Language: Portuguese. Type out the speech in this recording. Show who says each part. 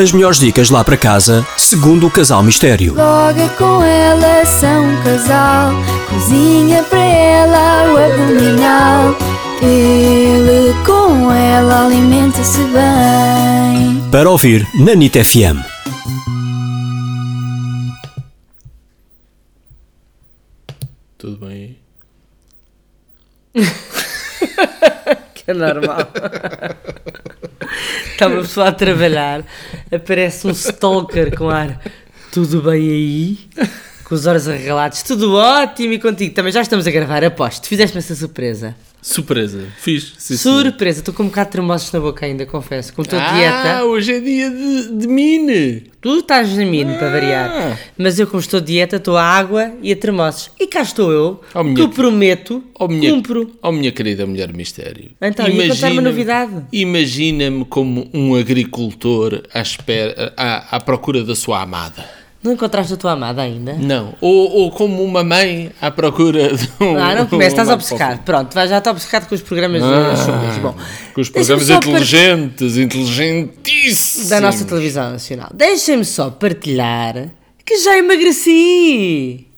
Speaker 1: As melhores dicas lá para casa, segundo o Casal Mistério.
Speaker 2: Logo é com ela são um casal, cozinha para ela o abdominal. Ele com ela alimenta-se bem.
Speaker 1: Para ouvir na NIT FM.
Speaker 3: Tudo bem?
Speaker 4: que é normal. Está uma pessoa a trabalhar, aparece um stalker com ar tudo bem aí, com os olhos arregalados, tudo ótimo e contigo. Também já estamos a gravar, aposto. Fizeste-me essa surpresa.
Speaker 3: Surpresa. Fiz. sim, senhor.
Speaker 4: surpresa, estou com um bocado de tremosos na boca ainda, confesso. Com a tua
Speaker 3: ah,
Speaker 4: dieta,
Speaker 3: hoje é dia de, de mine.
Speaker 4: tu estás na mim para
Speaker 3: Ah!
Speaker 4: variar. Mas eu, como estou de dieta, estou à água e a tremosos. E cá estou eu,
Speaker 3: Oh, minha-
Speaker 4: que eu prometo,
Speaker 3: Oh minha,
Speaker 4: cumpro.
Speaker 3: oh, minha querida Mulher Mistério.
Speaker 4: Então, ia contar uma novidade.
Speaker 3: Imagina-me como um agricultor à, espera, à, à procura da sua amada.
Speaker 4: Não encontraste a tua amada ainda?
Speaker 3: Não. Ou, ou como uma mãe à procura de um.
Speaker 4: Ah, não começa, estás
Speaker 3: uma-
Speaker 4: obcecado. Pronto, vai, já está obcecado com os programas
Speaker 3: Ah,
Speaker 4: ah, chumbos. Bom,
Speaker 3: com os
Speaker 4: deixa-me
Speaker 3: programas
Speaker 4: só par-
Speaker 3: inteligentes, inteligentíssimos.
Speaker 4: Da nossa televisão nacional. Deixem-me só partilhar que já emagreci.